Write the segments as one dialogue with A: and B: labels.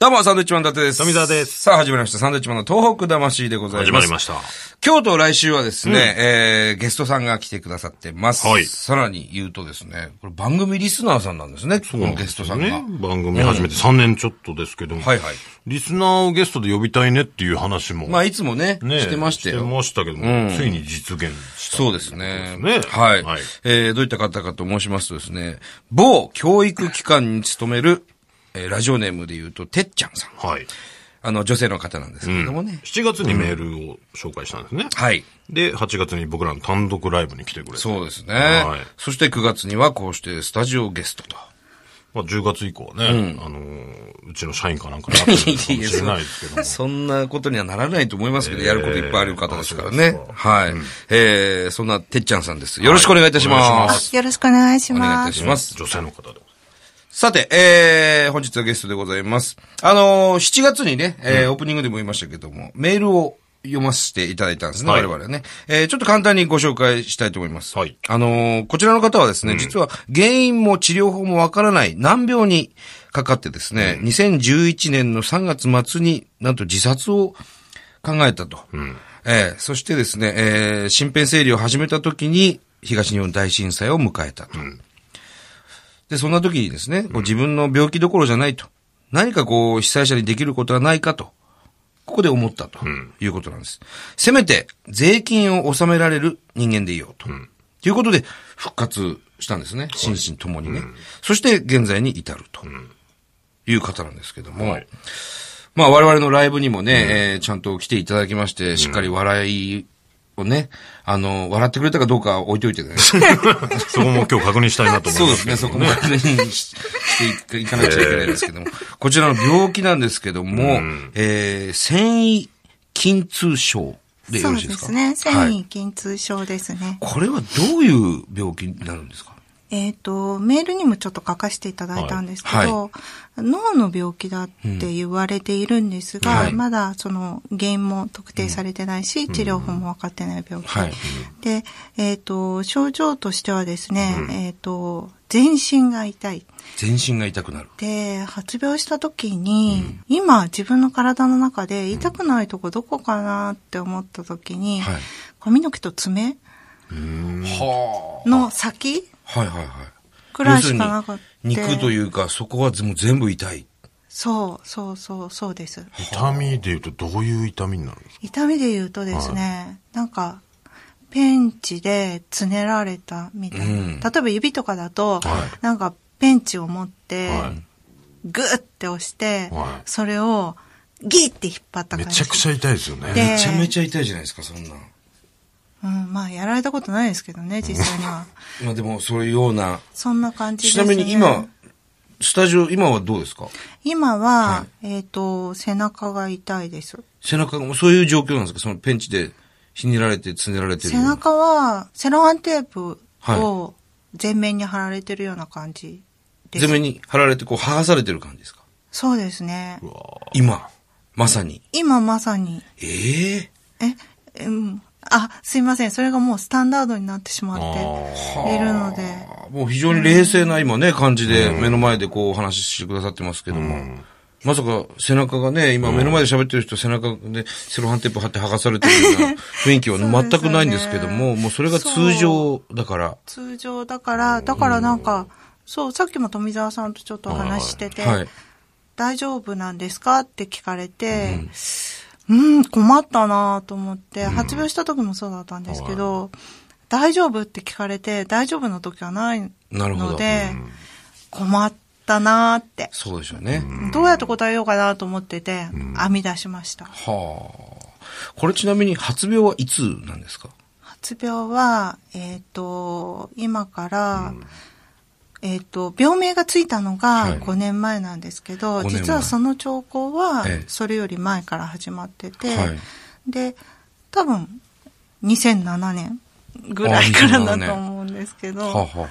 A: どうも、サンドウィッチマン伊達です。
B: 富澤です。
A: さあ、始まりました。サンドウィッチマンの東北魂でございます。
B: 始まりました。
A: 今日と来週はですね、えー、ゲストさんが来てくださってます。
B: はい
A: さらに言うとですね、これ番組リスナーさんなんですね、このゲストさんが。
B: ね。番組始めて3年ちょっとですけども。
A: はいはい。
B: リスナーをゲストで呼びたいねっていう話も。
A: まあ、いつもね、
B: ね
A: してました
B: して
A: よ。
B: ましたけども、ついに実現した。
A: そうですね。
B: ね
A: はい、
B: はい
A: えー、どういった方かと申しますとですね、某教育機関に勤める、えー、ラジオネームで言うと、てっちゃんさん。
B: はい。
A: あの、女性の方なんですけれどもね。
B: 7月にメールを紹介したんですね。
A: はい。
B: で、8月に僕らの単独ライブに来てくれて。
A: そうですね。
B: はい
A: そして9月にはこうしてスタジオゲストと。
B: まあ10月以降はね、あのー、うちの社員かなんかになってる かもしれないですけども。
A: そんなことにはならないと思いますけど、やることいっぱいある方ですから
B: あ
A: ね
B: そうで。す
A: はい。えー、そんなてっちゃんさんです。よろしくお願いいたし
B: お願い
A: ま。
B: します
C: よろしくお願いし
A: お願いい
C: ま
A: た
C: す。
A: します。
B: 女性の方でございます。
A: さて、えー、本日はゲストでございます。あのー、7月にね、えーオープニングでも言いましたけども、メールを読ませていただいたんですね、
B: はい
A: 我々ね。えー、ちょっと簡単にご紹介したいと思います。
B: はい
A: あのー、こちらの方はですね、実は原因も治療法もわからない難病にかかってですね、2011年の3月末になんと自殺を考えたと。えーそしてですね、えー、身辺整理を始めた時に東日本大震災を迎えたと。で、そんな時にですね、こう自分の病気どころじゃないと。何かこう、被災者にできることはないかと。ここで思ったということなんです。せめて、税金を納められる人間でいようと。ということで、復活したんですね。心身ともにね。そして、現在に至ると。いう方なんですけども。まあ、我々のライブにもね、えーちゃんと来ていただきまして、しっかり笑いをね、あの、笑ってくれたかどうかは置いといてね。
B: そこも今日確認したいなと思い
A: そう
B: ま。
A: ですすね、そこまでにししていかなくちゃいけないですけども、こちらの病気なんですけども、えー、繊維筋痛症でよ
C: そう
A: ろ
C: で
A: しいですか
C: すね。
A: は
C: 繊
A: い
C: 維筋痛症ですね。
A: これはどういう病気になるんですか
C: えっ、と、メールにもちょっと書かせていただいたんですけど、
A: はい
C: 脳の病気だって言われているんですが、
A: はい
C: まだその原因も特定されてないし、治療法も分かってない病気。
A: はい
C: で、えっ、と、症状としてはですね、えっ、と、全身が痛い。
A: 全身が痛くなる。
C: で、発病した時に、今自分の体の中で痛くないとこどこかなって思った時に、
A: はい
C: 髪の毛と爪
A: は
C: の先
A: あ。はいはいはい。
C: くらいしかなかった。
A: 要するに肉というか、そこはもう全部痛い。
C: そう、そうそう、そうです。
B: 痛みで言うとどういう痛みになるんですか
C: 痛みで言うとですね、なんか、ペンチでつねられたみたいな。
A: うん
C: 例えば指とかだ
B: は
C: と、
B: い
C: なんかペンチを持って、
B: はい
C: グッて押して、
B: はい
C: それをギーって引っ張った
B: め
C: 感じ。
B: ちゃくちゃ痛いですよね。
C: で
A: めちゃめちゃ痛いじゃないですか、そんな。
C: うん、まあ、やられたことないですけどね、実際に は。
A: まあでも、そういうような。
C: そんな感じで
A: ち
C: す、ね。
A: なみに今、スタジオ、今はどうですか
C: 今は、
A: は
C: えっ、と、背中が痛いです。
A: 背中が、もうそういう状況なんですかそのペンチでひねられて、つねられてるよう
C: 背
A: な。
C: 中は、セロハンテープ
A: は
C: を全面に貼られてるような感じです。
A: 全面に貼られて、こう、剥がされてる感じですか
C: そうですね。
A: 今、まさに。
C: 今まさに、
A: ええ
C: え、うん。あ、すいません。それがもうスタンダードになってしまっているので。
A: もう非常に冷静な今ね、感じで、目の前でこう、お話ししてくださってますけども。まさか、背中がね、今目の前で喋ってる人、背中でセロハンテープ貼って剥がされてるような雰囲気は全くないんですけど
C: そうです
A: も、
C: よね
A: もうそれが通常だから。
C: 通常だから、だからなんか、そう、さっきも富澤さんとちょっとお話ししてて、
A: はい。
C: 大丈夫なんですかって聞かれて、うん、困ったなと思って、発病した時もそうだったんですけど、大丈夫って聞かれて、大丈夫の時はない
A: なるほど
C: ので、困ったなって、
A: そうでしょうね。
C: どうやって答えようかなと思ってて、編み出しました。
A: はあ。これちなみに発病はいつなんですか
C: 発病は、えっ、と、今から、えっ、と、病名がついたの
A: は
C: が
A: い
C: 5年前なんですけど、
A: 5年前
C: 実はその兆候は
A: ええ、
C: それより前から始まってて、
A: はい
C: で、多分、2007年ぐらいから
A: あ2007
C: だ
A: 年
C: と思うんですけど、
A: はあ、はあはあはあ、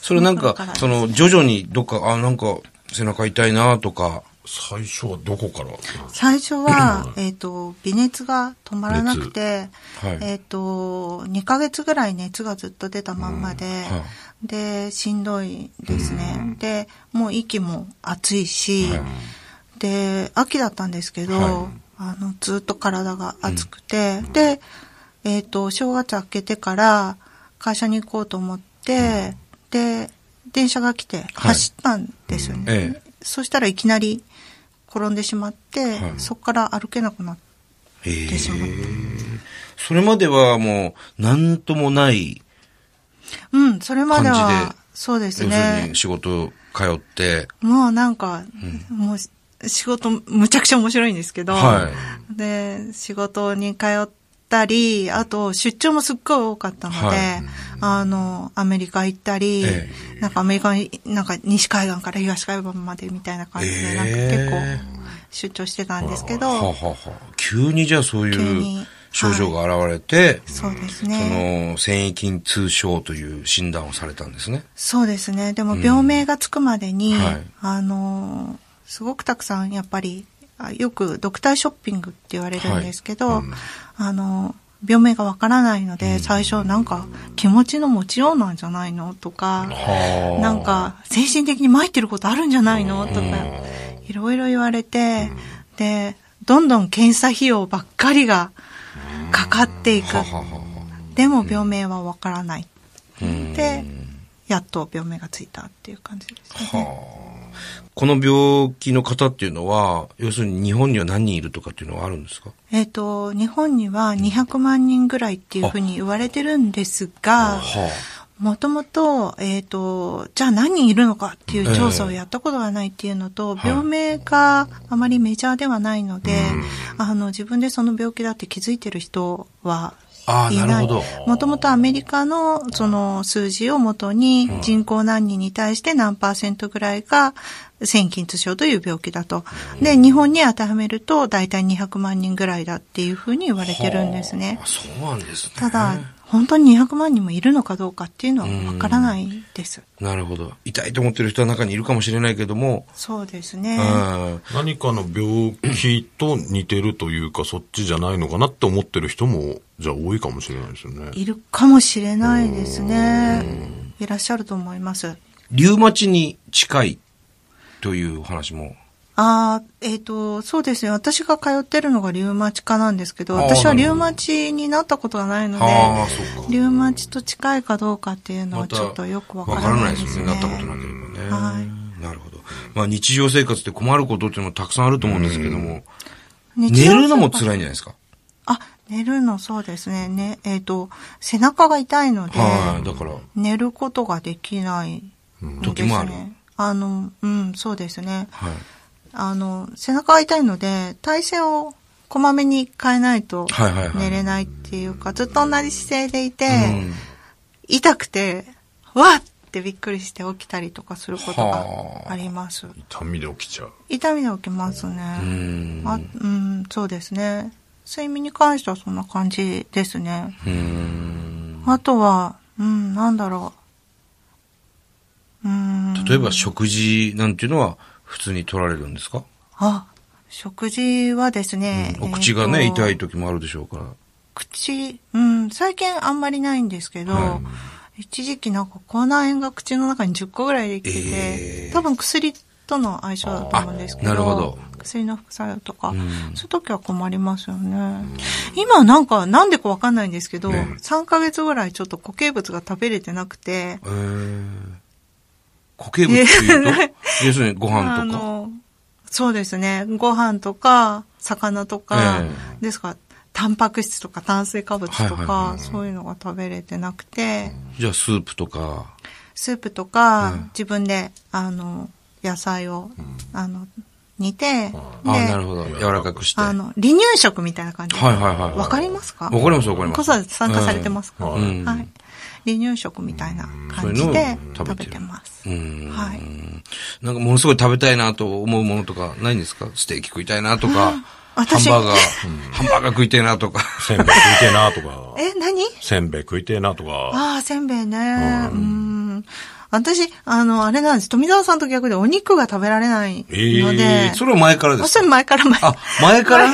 A: それなん
C: そ
A: か
C: の頃から、です
A: その、徐々にどっか、あ、なんか、背中痛いなとか、
B: 最初はどこからなんですか
C: 最初は、えっ、と、微熱が止まらなくて、
A: はい
C: えっ、と、2ヶ月ぐらい熱がずっと出たまんまで、
A: は
C: で、しんどいですね。で、もう息も熱いし、で、秋だったんですけど、
B: は
C: あの、ずっと体が熱くて、で、えっ、と、正月明けてから会社に行こうと思って、で、電車が来て走ったんですよね。
A: ええ
C: そしたらいきなり転んでしまって、
A: はい
C: そこから歩けなくなって、
A: ええ
C: てしまった
A: それまではもう、なんともない、
C: うん、それまで
A: 感じ
C: は
A: で、
C: そうです
A: 要する
C: ね
A: に。仕事通って、
C: もうなんか、もう仕事むちゃくちゃ面白いんですけど、
A: は
C: で、仕事に通ったり、あと出張もすっごい多かったので、
A: はい
C: あの、アメリカ行ったり、
A: え
C: なんかアメリカに、なんか西海岸から東海岸までみたいな感じで、
A: ええ
C: なんか結構出張してたんですけど、
A: ははは急にじゃあそう
C: 急
A: いう
C: に
A: 症状が現れて、
C: そうです
A: そ
C: ね。
A: の、繊維筋痛症という診断をされたんですね。
C: そうですね。でも病名がつくまでに、
A: はい
C: あの、すごくたくさんやっぱり、あよくドクターショッピングって言われるんですけど、
A: はいうん
C: あの、病名がわからないので、最初なんか気持ちの持ちようなんじゃないのとか、
A: は
C: なんか精神的に参ってることあるんじゃないのとか、いろいろ言われて、で、どんどん検査費用ばっかりがかかっていく。
A: はははは
C: でも病名はわからない。
A: うん
C: で、やっと病名がついたっていう感じです、ね。
A: はあこの病気の方っていうのは、要するに日本には何人いるとかっていうのはあるんですか
C: えっ、と、日本には200万人ぐらいっていうふうに言われてるんですが、
A: は
C: もともと、えっ、と、じゃあ何人いるのかっていう調査をやったことがないっていうのと、
A: え
C: 病名があまりメジャーではないので、あの、自分でその病気だって気づいてる人は、
A: ああ
C: い
A: な
C: な
A: る
C: い
A: ほど。
C: もともとアメリカのその数字をもとに人口何人に対して何パーセントぐらいが腺筋痛症という病気だと。で、日本に当てはめると大体200万人ぐらいだっていうふうに言われてるんですね
A: はあ。そうなんですね。
C: ただ、本当に200万人もいるのかどうかっていうのはわからないです。
A: なるほど。痛いと思ってる人は中にいるかもしれないけども、
C: そうですね。
A: うん
B: 何かの病気と似てるというか、そっちじゃないのかなって思ってる人も、じゃあ多いかもしれないですよね。
C: いるかもしれないですね。いらっしゃると思います。
A: リウマチに近いというお話も。
C: ああ、えっ、と、そうですね。私が通ってるのがリウマチ科なんですけど、
A: あー
C: 私は
A: な
C: リ
A: るほ
C: ウ
A: ど
C: マチになったことがないので、
A: ああ、そうか。
C: リウマチと近いかどうかっていうのは
A: また
C: ちょっとよくわ
A: わ
C: か
A: からら
C: な
A: ないい
C: で
A: ですす
C: ね。
A: ね。なったことなければね。
C: は
A: なるほど。まあ日常生活で困ることっていうのもたくさんあると思うんですけども、
C: 日
A: 寝
C: 常
A: るのも辛いんじゃないですか。
C: あ、寝るのそうですね。ね、えっ、と、背中が痛いので、
A: はい。だから、
C: 寝ることができないんです
A: 時もある
C: ね。あの、うん、そうですね。
A: はい。
C: あの、背中が痛いので、体勢をこまめに変えないと
A: はいはいはい
C: 寝れないっていうか、ずっと同じ姿勢でいて、
A: うん
C: 痛くて、わっってびっくりして起きたりとかすること
A: はあ
C: があります。
B: 痛みで起きちゃう。
C: 痛みで起きますね。
A: ん
C: あうん、そうですね。睡眠に関してはそんな感じですね。
A: うーん。
C: あとは、うん、なんだろう。うん。
A: 例えば食事なんていうのは普通に取られるんですか、
C: あ、食事はですね。
A: お口がね、
C: えーと
A: 痛い時もあるでしょうから。
C: 口、うん、最近あんまりないんですけど、
A: は
C: 一時期なんか口内炎が口の中に10個ぐらいできてて、
A: ええ
C: 多分薬との相性だと思うんですけど、
A: あなるほど
C: 薬の副作用とか、
A: うん
C: そういう時は困りますよね。今なんか、なんでかわかんないんですけど、
A: ええ
C: 3ヶ月ぐらいちょっと固形物が食べれてなくて、
A: えー、固形物っていうと、 要するにご
C: あ
A: 飯とか。
C: の、そうですね、ご飯とか、魚とか、
A: え
C: ですから、タンパク質とか炭水化物と
A: はいはいはいは
C: か
A: い、
C: そういうのが食べれてなくて、
A: じゃあスープとか。
C: スープとか、
A: うん
C: 自分で、あの、野菜を、あの、煮て、
A: ああ、なる
C: で、
A: ほど。柔らかくして。
C: あの、離乳食みたいな感じ。
A: はいはいはいはい
C: わかりますか
A: わかりますわかります
C: こそ参加されてますか、
B: うん
A: うん
C: はい。離乳食みたいな感
A: そ
C: じ
A: うい
C: で
A: うのを食
C: 食
A: べ
C: べ
A: てる
C: てま
A: う
C: す。
A: ん
C: はい
A: なんかものすごい食べたいなと思うものとかないんですかステーキ食いたいなとか、ハン
C: 私、
A: バーガー、ハンバーガー食いたいなとか。
B: せんべい食いてえなとか
C: え、何
B: せんべい食いてえなとか、
C: ああ、せんべいね。うん。私、あの、あれなんです。富澤さんと逆でお肉が食べられないので。
B: えー
A: それは前からです
C: そ
A: か
C: れ前から前。
A: あ、前から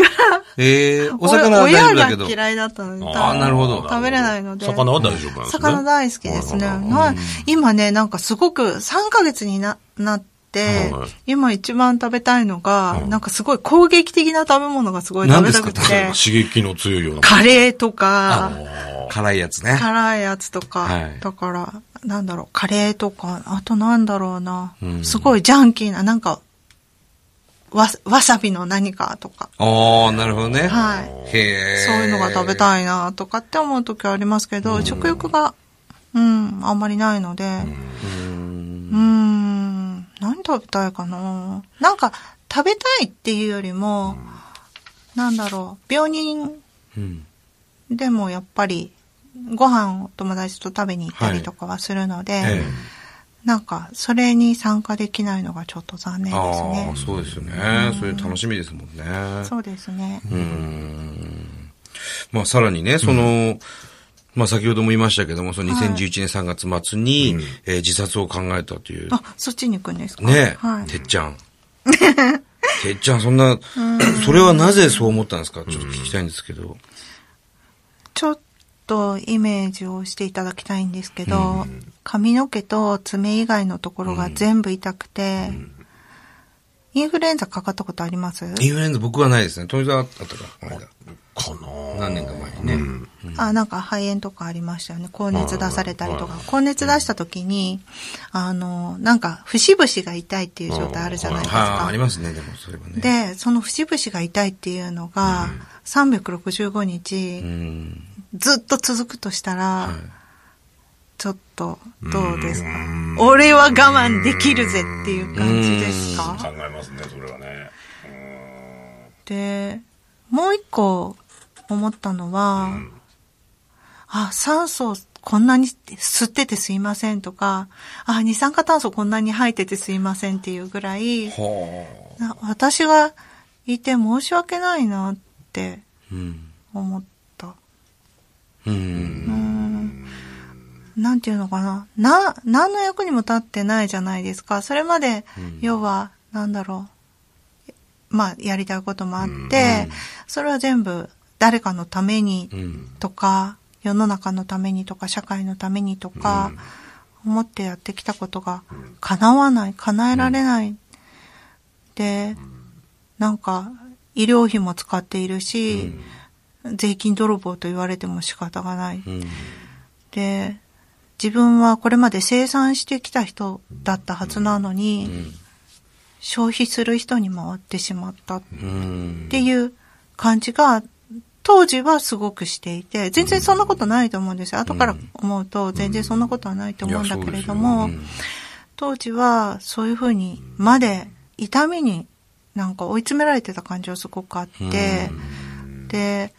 A: ええお魚は大
C: 親
A: 丈夫だ
C: が
A: けど。
C: 嫌いだったので。
A: あーなるほど
C: 食べれないので
B: 魚は大丈夫なんですね。
C: 魚大好きですね。
B: はいはいはい
C: はい。今ね、なんかすごく3ヶ月にな、なって、て、
B: はい
C: 今一番食べたいのが、なんかすごい攻撃的な食べ物がすごい食べたく
A: 何
C: て、
B: 刺激の強いような。
C: カレーとか、
A: 辛いやつね。
C: 辛いやつとか、
A: はい
C: だから、なんだろう、カレーとか、あとなんだろうな、すごいジャンキーな、なんか、わ、わさびの何かとか、
A: ああ、なるほどね。
C: はい
A: へえ。
C: そういうのが食べ
A: い。
C: たいなとかって思う時はありますけど、食欲が、うん、あんまりないので、うーん、何食べたいかななんか、食べたいっていうよりも、なんだろう、病人
A: うん。
C: でもやっぱり、ご飯を友達と食べに行ったりとかはするので、
A: え
C: なんか、それに参加できないのがちょっと残
A: え。
C: 念です
A: あ
C: ね
A: あ、。そうですよね。そういう楽しみですもんね。
C: そうですね。
A: うんまあ、さらにね、その、まあ、先ほども言いましたけども、その2011年3月末に、えー自殺を考えたという、
C: あ、そっちに行くんですか
A: ね、
C: はい
A: て。っちゃ ん。てっちゃん、そんな、それはなぜそう思ったんですかちょっと聞きたいんですけど。
C: ちょっとイメージをしていただきたいんですけど、髪の毛と爪以外のところが全部痛くて、インフルエンザかかったことあります
A: インフルエンザ僕はないですね。富澤あったか、この間
B: かなぁ
A: 何年か前にね。
C: あ、なんか肺炎とかありましたよね。高熱出されたりと
B: はいはい
C: か
B: は。
C: 高熱出した時に、あの、なんか節々が痛いっていう状態あるじゃないです
A: はあ、
C: か
A: あり。ますね、でも、それはね。
C: で、その節々が痛いっていうのが、365日
A: う、ん。
C: ずっと続くとしたら、ちょっと、どうですか
B: うん
C: 俺は我慢できるぜっていう感じです
B: 考
C: か
B: えますね、それはね。
C: で、もう一個思ったのは、あ、酸素こんなに吸っててすいませんとか、あ、二酸化炭素こんなに吐いててすいませんっていうぐらい、
A: はあ。
C: な私がいて申し訳ないなって
A: うん。
C: 思った。
A: うん。
C: なんていうのかな。な、何の役にも立ってないじゃないですか。それまで、要は、なんだろう。まあ、やりたいこともあって、それは全部、誰かのために
A: うん。
C: とか、世の中のためにとか、社会のためにとか、思ってやってきたことが、叶わない、叶えられない。で、なんか、医療費も使っているし、税金泥棒と言われても仕方がない。
A: うん。
C: で、自分はこれまで生産してきた人だったはずなのに、消費する人に回ってしまったっ
A: うん。
C: ていう感じが、当時はすごくしていて、全然そんなことないと思うんですよ。後から思うと全然そんなことはないと思うんだけれども、
A: いやそうで
C: 当時はそういうふうにまで痛みになんか追い詰められてた感じはすごくあって、で、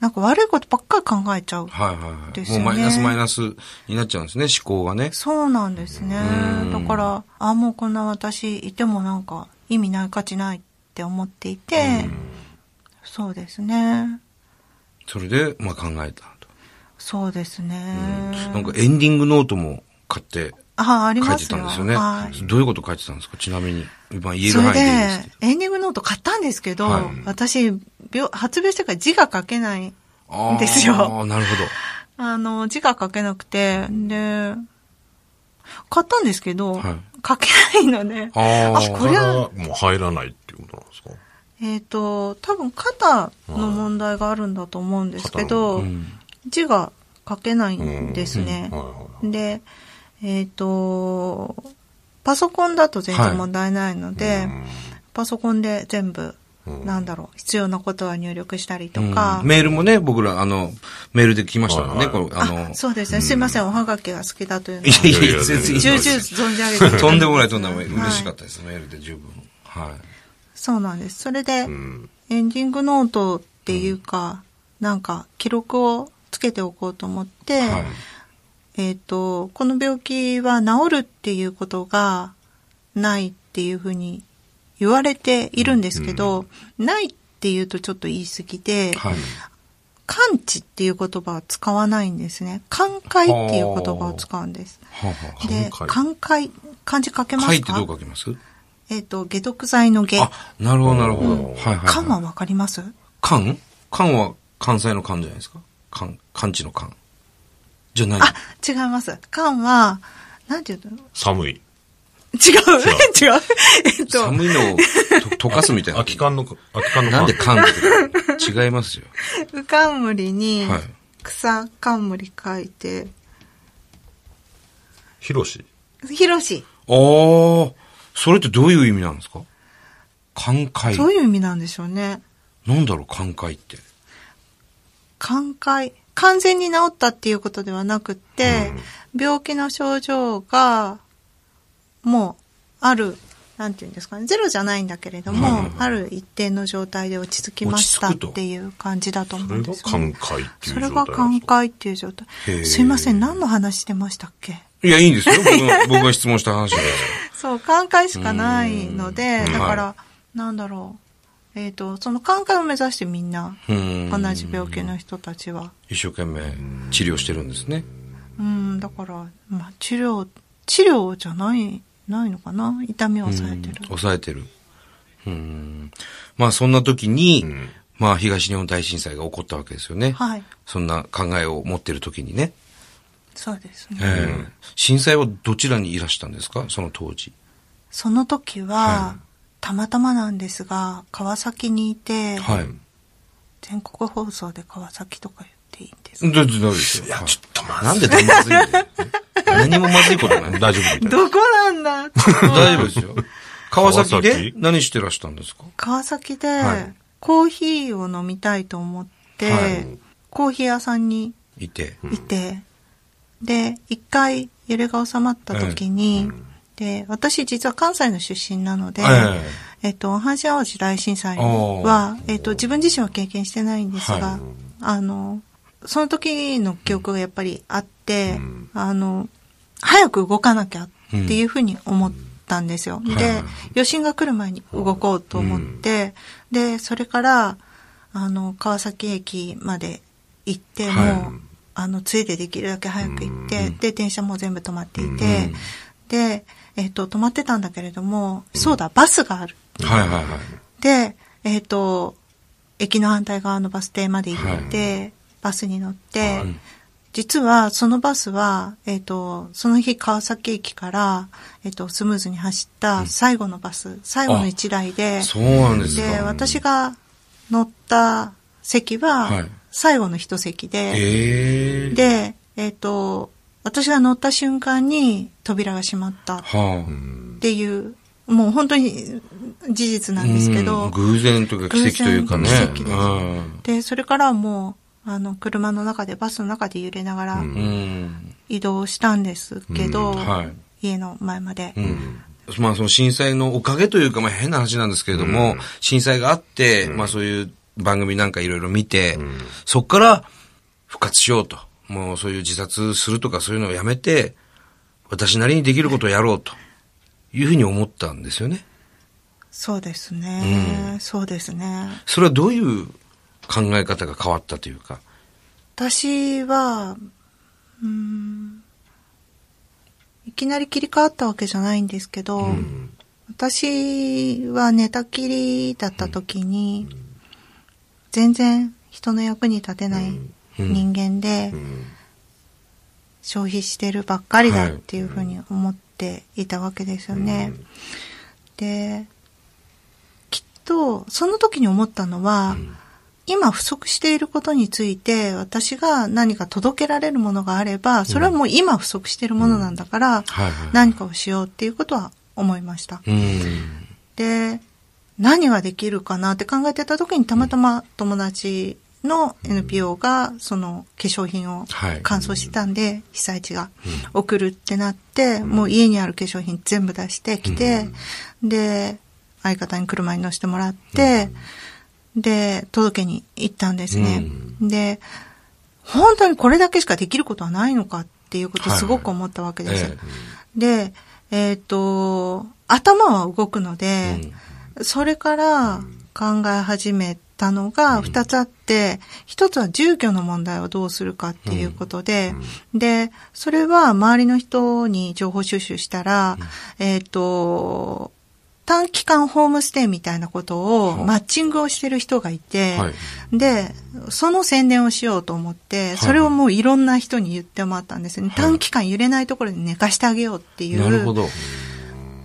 C: なんか悪いことばっかり考えちゃう。
A: はいはいは
C: で
A: い。
C: す
A: も
C: よ
A: うマ
C: ね
A: イナスマイナスになっちゃうんですね、思考がね。
C: そうなんですね。だから、あ、もうこんな私いてもなんか意味ない価値ないって思っていて、そうですね。
A: それで、まあ考えたと。
C: そうですね。
A: なんかエンディングノートも買って
C: あ、あり
A: 書い
C: ま
A: て
C: す
A: た
C: よ。
A: んですよね。
C: はい。
A: どういうこと書いてたんですかちなみに。まあ言え
C: そ
A: る
C: れ
A: 範囲
C: で
A: でいいですけど。、
C: エンディングノート買ったんですけど、
A: はい
C: 私、病発病してから字が書けない。
A: あー
C: ですよ
A: あー、なるほど。
C: あの、字が書けなくて、で、買ったんですけど、
A: はい
C: 書けないので、
A: あ
C: あ
A: ー
C: これは
B: もう入らないっていうことなんですか
C: えっ、と、多分肩の問題があるんだと思うんですけど、
A: うん
C: 字が書けないんですね。
B: はいはいはい。
C: で、えっ、と、パソコンだと全然問題ないので、パソコンで全部、なんだろう、必要なことは入力したりとか、
A: うんメールもね、僕ら、あの、メールで来ましたもんね、
B: はいは
A: これ、あの、
C: あそうですね、すいません、おはがきが好きだというの
A: い
C: は、
A: やいや、全然いい
C: 重々存じ上げていただいて
A: とんでもない、とんでもない。
C: は
A: 嬉しかったです、メールで十分。はい。
C: そうなんです。それで、
B: ん
C: エンディングノートっていうか、なんか記録をつけておこうと思って、
A: はい
C: えっ、と、この病気は治るっていうことがないっていうふうに言われているんですけど、ないっていうとちょっと言い過ぎで、
A: はい。
C: 完治っていう言葉は使わないんですね。寛解っていう言葉を使うんです。
A: はあは
C: で、
B: 寛解
C: 寛解、漢字書け
A: あ
C: ますか
A: はいってどう書きます
C: えっ、と、解毒剤の解。
A: あ、なるほど、なるほど。はいはいはい。
C: 漢はわかります
A: 漢漢は関西の漢じゃないですか漢、漢地の漢。じゃない。
C: あ、違います。缶は、なんていうの
B: 寒い。
C: 違う 違う。えっと、
A: 寒いのをと溶かす みたいな
B: 空。き缶の、空き缶の缶
A: なんで缶って違いますよ。
C: うかんむりに
A: はい、
C: 草かんむり書いて、
B: ヒロシ。
C: ひろし。
A: ああ、それってどういう意味なんですか寛解。
C: どういう意味なんでしょうね。
A: なんだろう、寛解って。
C: 寛解。完全に治ったっていうことではなくって、病気の症状が、もう、ある、なんていうんですかね、ゼロじゃないんだけれども、ある一定の状態で落ち着きました
A: 落ち着くと
C: っていう感じだと
B: そ
C: 思う
B: れ
C: んで
B: が
C: すよね
B: 寛解っていう状態
C: そ
B: なんです
C: れ
B: か。
C: が寛解っていう状態
A: へー。
C: すいません、何の話してましたっけ
A: いや、いいんですよ。僕が僕が質問した話で。
C: そう、寛解しかないので、
A: うん
C: だから、
A: は
C: なんだろう。えっ、と、その寛解を目指してみんな、
A: う
C: 同
A: ん。
C: じ病気の人たちは。
A: 一生懸命治療してるんですね。
C: うん、だから、まあ、治療、治療じゃない、ないのかな痛みを抑えてる。
A: うん抑えてる。うん。まあそんな時に、
B: うん
A: まあ東日本大震災が起こったわけですよね。
C: はい。
A: そんな考えを持ってる時にね。
C: そうです
A: え
C: ね。
A: え震災はどちらにいらしたんですかその当時。
C: その時は、
A: は
C: たまたまなんですが、川崎にいて、
A: はい。
C: 全国放送で川崎とか言っていいんですか、
A: ど、ど、どうですよ。
B: いや、
A: はい
B: ちょっとまずい。
A: なんでだまずいんだよ。 何もまずいこと ない。
B: 大丈夫みたいな。
C: どこなんだ
A: 大丈夫ですよ。川崎
B: 川
A: で
B: 崎
A: 何してらしたんですか
C: 川崎で、
A: はい
C: コーヒーを飲みたいと思って、
A: はい
C: コーヒー屋さんに
A: いて。
C: いて、で、一回揺れが収まった時に、で、私実は関西の出身なので、
A: え
C: えっと、阪神淡路大震災は、えっと、自分自身は経験してないんですが、
A: はい
C: あの、その時の記憶がやっぱりあって、あの、早く動かなきゃっていうふうに思ったんですよ。
A: はい
C: で、余震が来る前に動こうと思って、で、それから、あの、川崎駅まで行って、もう、
A: はい
C: あの、ついでできるだけ早く行って、で、電車も全部止まっていて、で、えっ、と、止まってたんだけれども、そうだ、バスがある。
A: えはいはいはい。
C: で、えっ、と、駅の反対側のバス停まで行って、バスに乗って、実はそのバスは、えっ、と、その日川崎駅から、えっ、と、スムーズに走った最後のバス、最後の1台で、
A: そうなんです
C: で、
A: か。
C: 私が乗った席は
A: はい、
C: 最後の一席で、
A: ええ
C: で、えっ、と、私が乗った瞬間に扉が閉まったっ
A: は
C: ていう、もう本当に事実
A: あ。
C: なんですけど、
A: うん偶然というか奇跡というかね。
C: 偶然奇跡です
A: うん
C: で、それからはもう、あの、車の中で、バスの中で揺れながら
A: うん。
C: 移動したんですけど、
A: うんはい
C: 家の前まで。
A: うんまあその震災のおかげというか、まあ変な話なんですけれども、震災があって、まあそういう番組なんかいろいろ見て、そこから復活しようと。もうそういう自殺するとかそういうのをやめて、私なりにできることをやろうというふうに思ったんですよね。
C: そうですね、そうですね。
A: それはどういう考え方が変わったというか。
C: 私は、うーん、いきなり切り替わったわけじゃないんですけど、私は寝たきりだった時に、全然人の役に立てない人間で、消費してるばっかりだっていうふうに思っていたわけですよね。で、きっと、その時に思ったのは、今不足していることについて、私が何か届けられるものがあれば、それはもう今不足しているものなんだから、
A: はいはい
C: 何かをしようっていうことは思いました。
A: うん。
C: で、何ができるかなって考えてた時にたまたま友達の NPO がその化粧品を
A: はい
C: 乾燥してたんで、被災地が送るってなって、もう家にある化粧品全部出してきて、で、相方に車に乗せてもらって、で、届けに行ったんですね。で、本当にこれだけしかできることはないのかっていうことをすごく思ったわけです。
A: はいはい
C: で、えっ、と、頭は動くので、それから考え始めたのが2つあって、1つは住居の問題をどうするかっていうことで、で、それは周りの人に情報収集したら、えっ、と、短期間ホームステイみたいなことをマッチングをしてる人がいて、
A: はい
C: で、その宣伝をしようと思って、それをもういろんな人に言ってもらったんですね。短期間揺れないところに寝かしてあげようっていう。
A: なるほど。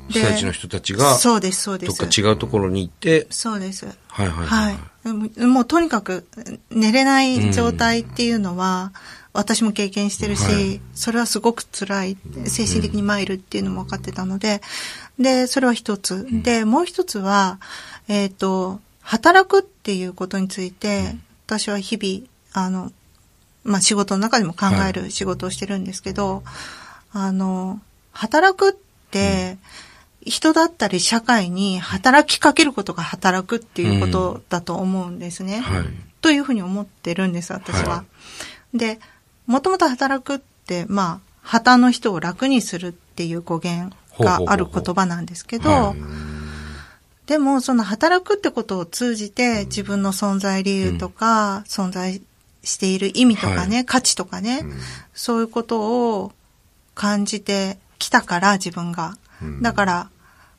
A: 被災地の人たちが、
C: そうです、そうで
A: どっ
C: す。
A: か違うところに行って、
C: そうです。
A: はいはいは
C: はいい。でももうとにかく寝れない状態っていうのは、私も経験してるし、
A: はい
C: それはすごく辛い、精神的に参るっていうのも分かってたので、で、それは一つ。で、もう一つは、えっ、と、働くっていうことについて、私は日々、あの、まあ、仕事の中でも考える仕事をしてるんですけど、あの、働くって、人だったり社会に働きかけることが働くっていうことだと思うんですね。
A: はい。
C: というふうに思ってるんです、私は。
A: は
C: で、もともと働くって、まあ、旗の人を楽にするっていう語源がある言葉なんですけど、
A: ほうほうほうほ
C: でも、その働くってことを通じて、自分の存在理由とか、存在している意味とかね、
A: は
C: 価値とかね、そういうことを感じてきたから、自分が。だから、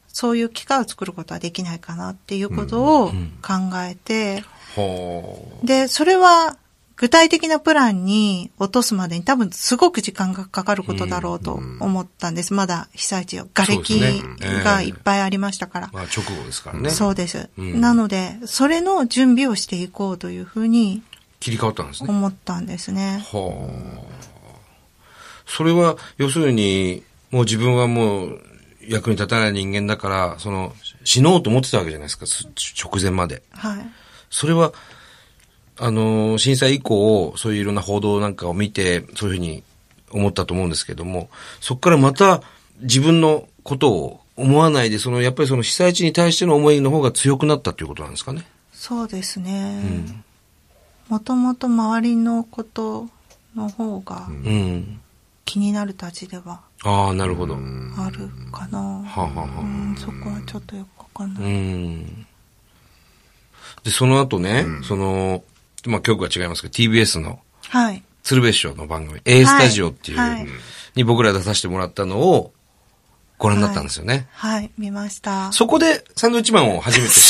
C: そういう機会を作ることはできないかなっていうことを考えて、
A: ほ
C: で、それは具体的なプランに落とすまでに多分すごく時間がかかることだろうと思ったんです。まだ被災地は瓦礫
A: そうですねええ
C: がいっぱいありましたから
A: う。。まあ直後ですからね。
C: そうです。
A: うん
C: なので、それの準備をしていこうというふうに
A: 切り替わったんですね。
C: 思ったんですね。
A: はあ。それは、要するに、もう自分はもう役に立たない人間だから、その、死のうと思ってたわけじゃないですか、す直前まで。
C: はい。
A: それは、あの、震災以降、そういういろんな報道なんかを見て、そういうふうに思ったと思うんですけども、そこからまた自分のことを思わないで、その、やっぱりその被災地に対しての思いの方が強くなったということなんですかね。
C: そうですね。もともと周りのことの方が
A: うん。
C: 気になるたちでは
A: ああ、なるほど。は
C: あるかな。
A: あ、はあはあ
C: うん、そこはちょっとよくわかんない。
A: うん。で、その後ね、その、まあ、曲は違いますけど、TBS の
C: はい。
A: 鶴瓶師匠の番組、A スタジオっていう、
C: はい
A: に僕ら出させてもらったのをご覧になったんですよね。
C: はい、見ました。
A: そこでサンドウィッチマンを初めて知っ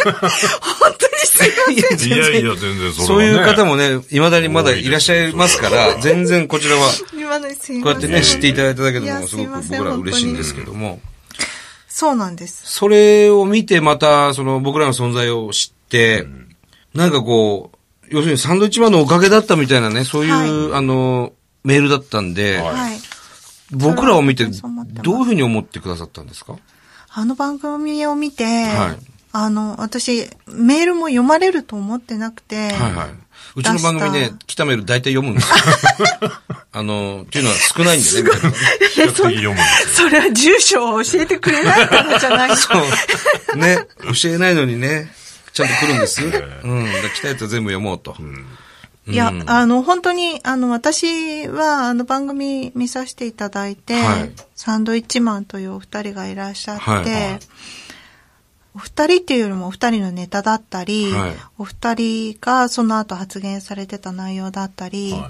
C: 本当にすいません。
A: た。
B: いやいや、全然それは、ね。
A: そういう方もね、未だにまだいらっしゃいますから、全然こちらは、
C: 今のにすいま
A: こう
C: せん。
A: やってね、知っていただいただけで
C: い
A: も、
C: や
A: すごく
C: すいません
A: 僕ら嬉しいんですけども、
C: そうなんです。
A: それを見てまた、その僕らの存在を知って、なんかこう、要するにサンドウィッチマンのおかげだったみたいなね、そういう、あの、メールだったんで、
B: はい
C: はい。
A: 僕らを見て、ど
C: そう思ってます
A: ういうふうに思ってくださったんですか
C: あの番組を見て、
A: はい
C: あの、私、メールも読まれると思ってなく
A: はい
C: て、
A: はい。うちの番組
C: 出
A: ね
C: した、
A: 来たメール大体読むんです よ。あの、っていうのは少ないんでね。みたいなね
B: 比較的読むんですよ。
C: それは住所を教えてくれないからじゃない
A: そう。ね。教えないのにね、ちゃんと来るんです。うん。だから来たやつは全部読もうと。
C: いや、あの、本当に、あの、私は、あの、番組見させていただいて、
A: はい
C: サンドイッチマンというお二人がいらっしゃって、
A: はいはい
C: お二人っていうよりもお二人のネタだったり、
A: はい
C: お二人がその後発言されてた内容だったり、
B: はい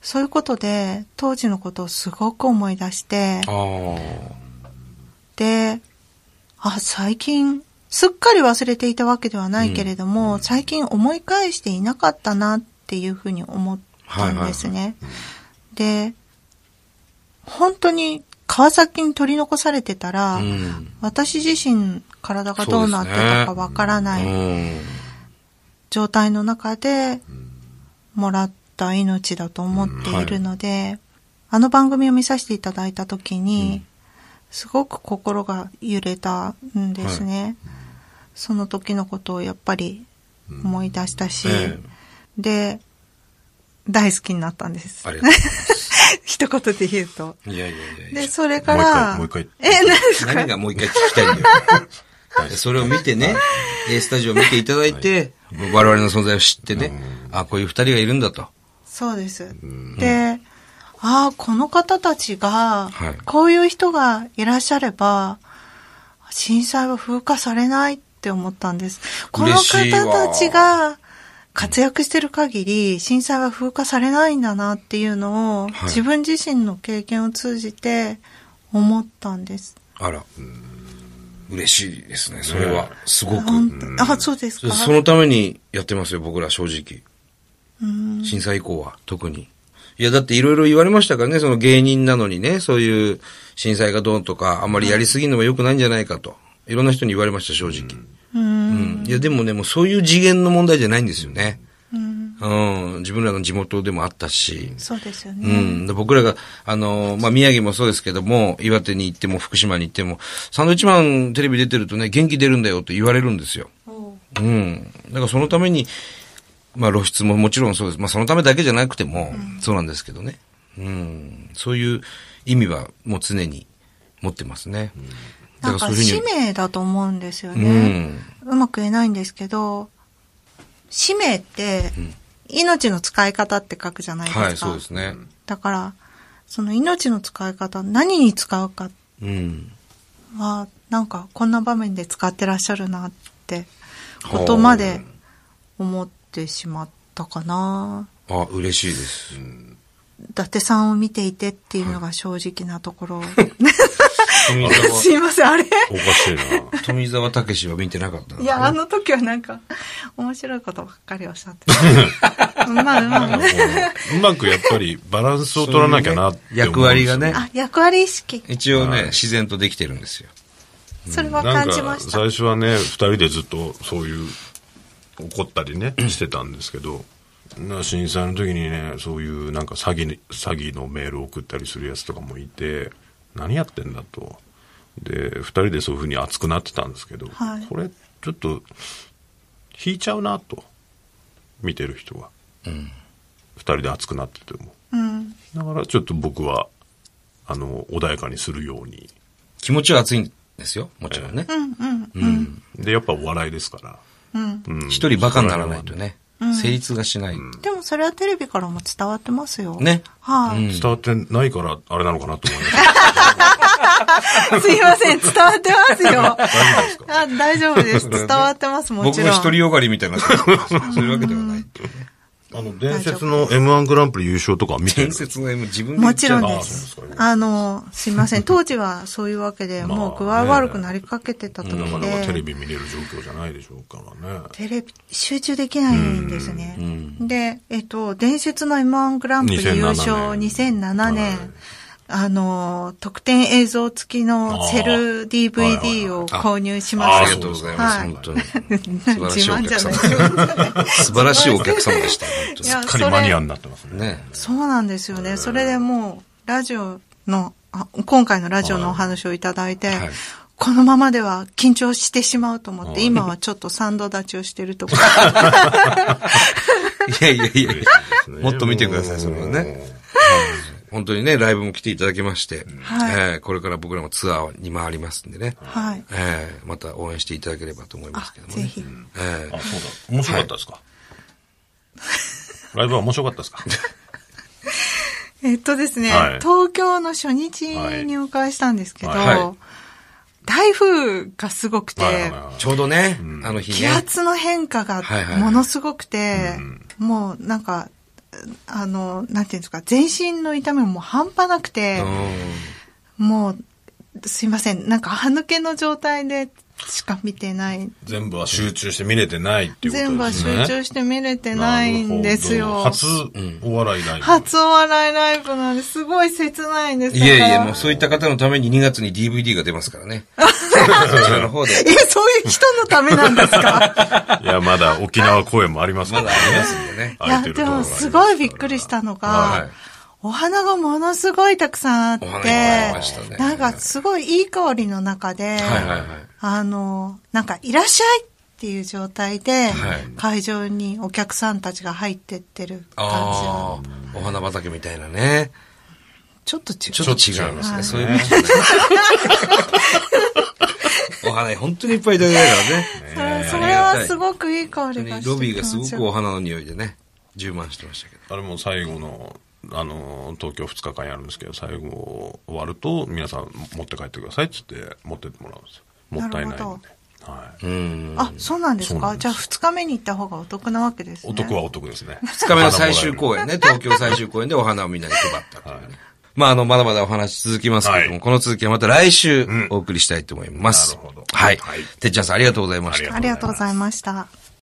C: そういうことで、当時のことをすごく思い出して、
A: ああ。
C: で、あ、最近、すっかり忘れていたわけではないけれども、最近思い返していなかったなっていうふうに思ったんですね。で、本当に川崎に取り残されてたら、
A: うん。
C: 私自身体がどうなってたかわから
A: う
C: ない
A: ん。
C: 状態の中でもらった命だと思っているので、あの番組を見させていただいた時に、すごく心が揺れたんですね、その時のことをやっぱり思い出したし、
A: え
C: で大好きになったんです
A: ありがとうございます。
C: 一言で言うと
A: いやいやいやいや。
C: でそれから
B: もう一回もう
C: え何ですか
A: 何がもう一回聞きたいんだ よ。それを見てね、A スタジオを見ていただいて、我々の存在を知ってね、あ、こういう二人がいるんだと。
C: そうです。で、ああ、この方たちが
A: はい、
C: こういう人がいらっしゃれば、震災は風化されないって思ったんです。この
A: 嬉しいわ
C: 方たちが活躍してる限り、震災は風化されないんだなっていうのを、
A: はい
C: 自分自身の経験を通じて思ったんです。
A: あら。嬉しいですね、それは。すごく。
C: ほんとあ、そうですか。
A: そのためにやってますよ、僕ら正直。
C: うん
A: 震災以降は、特に。いや、だっていろいろ言われましたからね、その芸人なのにね、そういう震災がどうとか、あんまりやりすぎるのは良くないんじゃないかと。いろんな人に言われました、正直。うん。いや、でもね、もうそういう次元の問題じゃないんですよね。うん。自分らの地元でもあったし。
C: そうですよ
A: う
C: ね。
A: ん。で僕らが、あの、まあ、宮城もそうですけども、岩手に行っても福島に行っても、サンドイッチマンテレビ出てるとね、元気出るんだよって言われるんですよ。
C: お
A: う
C: う
A: ん。だからそのために、まあ露出ももちろんそうです。まあそのためだけじゃなくても、そうなんですけどね。うん。そういう意味はもう常に持ってますね。
C: な
A: だ
C: ん
A: か
C: から
A: そういう
C: 使
A: ふうに。
C: 命だと思うんですよ
A: う
C: ね。
A: ん。
C: うまく言えないんですけど、使命って、命の使い方って書くじゃないですか。
A: はい、そうですね。
C: だから、その命の使い方、何に使うか
A: うん。
C: は、なんかこんな場面で使ってらっしゃるなって、ことまで思ってしまったかな。
A: あ、嬉しいです。
C: 伊達さんを見ていてっていうのが正直なところ。
A: 富
C: すいません、あれ
B: おかしいな。
A: 富澤たけしは見てなかったない
C: や、あの時はなんか、面白いことばっかりおっしゃ ってた。まあまあ、
B: うまくやっぱりバランスを取らなきゃなって思うんですよ
A: 役割がね
C: あ、役割意識。
A: 一応ね、
B: はい
A: 自然とできてるんですよ。
C: それは
B: なん
C: 感
B: か
C: じました。
B: 最初はね、二人でずっとそういう、怒ったりね、してたんですけど、な震災の時にね、そういうなんか詐欺に、詐欺のメールを送ったりするやつとかもいて、何やってんだと。で、二人でそういうふうに熱くなってたんですけど、
C: はい
B: これ、ちょっと、引いちゃうなと、見てる人が。二人で熱くなってても。
C: うん。
B: だからちょっと僕は、あの、穏やかにするように。
A: 気持ちは熱いんですよ、もちろんね。
C: うんうん。
A: うん。
B: で、やっぱお笑いですから。
C: うん。
B: うん
A: 一、人バカにならないとね、成立がしない。
C: でもそれはテレビからも伝わってますよ。
A: ね
C: はい、
B: 伝わってないから、あれなのかなと思います。
C: すいません、伝わってますよ。
B: 大丈夫ですか
C: あ大丈夫です。伝わってます、も
A: 僕
C: ち
A: の
C: ろん。
A: 一人よがりみたいな、そういうわけではないっていうね。
B: あの、伝説の M1 グランプリ優勝とか見てる
A: 伝説の M 自分で言
C: も
A: っ
C: ち
A: ちゃ
C: ろ
A: うんの
C: で
B: あ
C: す
B: そうです。か
C: あの、すいません。当時はそういうわけで、
B: まあ
C: もう具合悪くなりかけてた時で、
B: なかなかテレビ見れる状況じゃないでしょうからね。
C: テレビ、集中できないんですね。で、えっと、伝説の M1 グランプリ優勝
B: 2007
C: 2007
B: 年
C: 年、
B: はい
C: あの、特典映像付きのセ
B: は
C: ル
B: いはいはい
C: DVD を購入しま
B: あ
A: あり
B: ー
C: し
A: が
C: た。
A: とうございます、
C: はい
A: 本当に。
C: 自慢じゃない。
A: 素晴らしいお客様でした、本当
C: いや
B: すっかりマニアになってます
A: に。
B: ね。
A: ね。
C: そうなんですよね。それでもう、ラジオの、あ今回のラジオのお話をいただいて、
A: はい
C: このままでは緊張してしまうと思っ
B: は
C: て、
B: い
C: 今はちょっとサンド立ちをしてる ところ。
A: いやいやいやいや
B: ね
A: もっと見てください、それはね。本当にね、ライブも来ていただきまして、
C: はい
A: えーこれから僕らもツアーに回りますんでね、
C: はい。
A: えーまた応援していただければと思いますけどもね。
C: あぜひ
A: えー
B: あ、そうだ。面白かったですかライブは面白かった ですか
C: えっとですね、
B: はい
C: 東京の初日にお伺いしたんですけど、
B: はい
A: は
C: 台風がすごくて、
B: はいはいはい
A: ちょうどね、あの日
C: 気
A: ね。
C: 圧の変化が
A: はいはいはい
C: ものすごくて、
B: うん
C: もうなんか、あの、なんていうんですか、全身の痛みももう半端なくて、
A: う
C: もう、すいません。なんか、歯抜けの状態でしか見てない。
B: 全部は集中して見れてないっていうことです
C: 全
B: ね
C: 部。は集中して見れてないんですよ。
B: なるほど初お笑いライブ。
C: 初お笑いライブなんで、すごい切ないんです
A: んい
C: だから
A: やいや、もうそういった方のために2月に DVD が出ますから ね。そちらの方で。
C: え、そういう人のためなんですか
B: いや、まだ沖縄公演もありますか
A: ま
B: ら
A: だ
B: ね
A: あ。りますんでね。
C: いや、
B: 空てる
C: で
B: ところがあ
C: も、
B: ります
C: ごいびっくりしたのが、
A: はい
C: お花がものすごいたくさんあって、
A: お花がありましたね
C: なんか、すごいいい香りの中
A: は
C: で、
A: いはいはい。
C: あの、なんか、いらっしゃいっていう状態で、
A: はい
C: 会場にお客さんたちが入ってってる
A: あ
C: 感じが、
A: あ、お花畑みたいなね。
C: ちょっと違う。
A: ちょっと違います
C: は
A: ね。
C: い
A: そういう人ねお花本当にいっぱいいただいたからね。
C: それそれはすごくいい香りがして
A: ロビーがすごくお
C: く
A: 花の匂いでね、充満してました けど。
B: あれも最後の、あの、東京2日間やるんですけど、最後終わると、皆さん持って帰ってくださいって言って、持ってってもらうんですよ。もったいない
C: なる
B: の
C: ほ
B: で。はい。
A: うん。
C: あ、そうなんです
B: そうな
C: か
B: んです
C: じゃあ2日目に行った方がお得なわけですね。
B: お得はお得ですね。
A: 2日目の最終公 演ね、東京最終公演でお花をみんなに配ったというね。まあ、あの、まだまだお話続きますけれども、
B: はい
A: この続きはまた来週お送りしたいと思います。
B: なるほど
A: はい
B: はい。
A: てっちゃんさんありがとうございました。
B: ありがとうございます
C: ありがとうございました。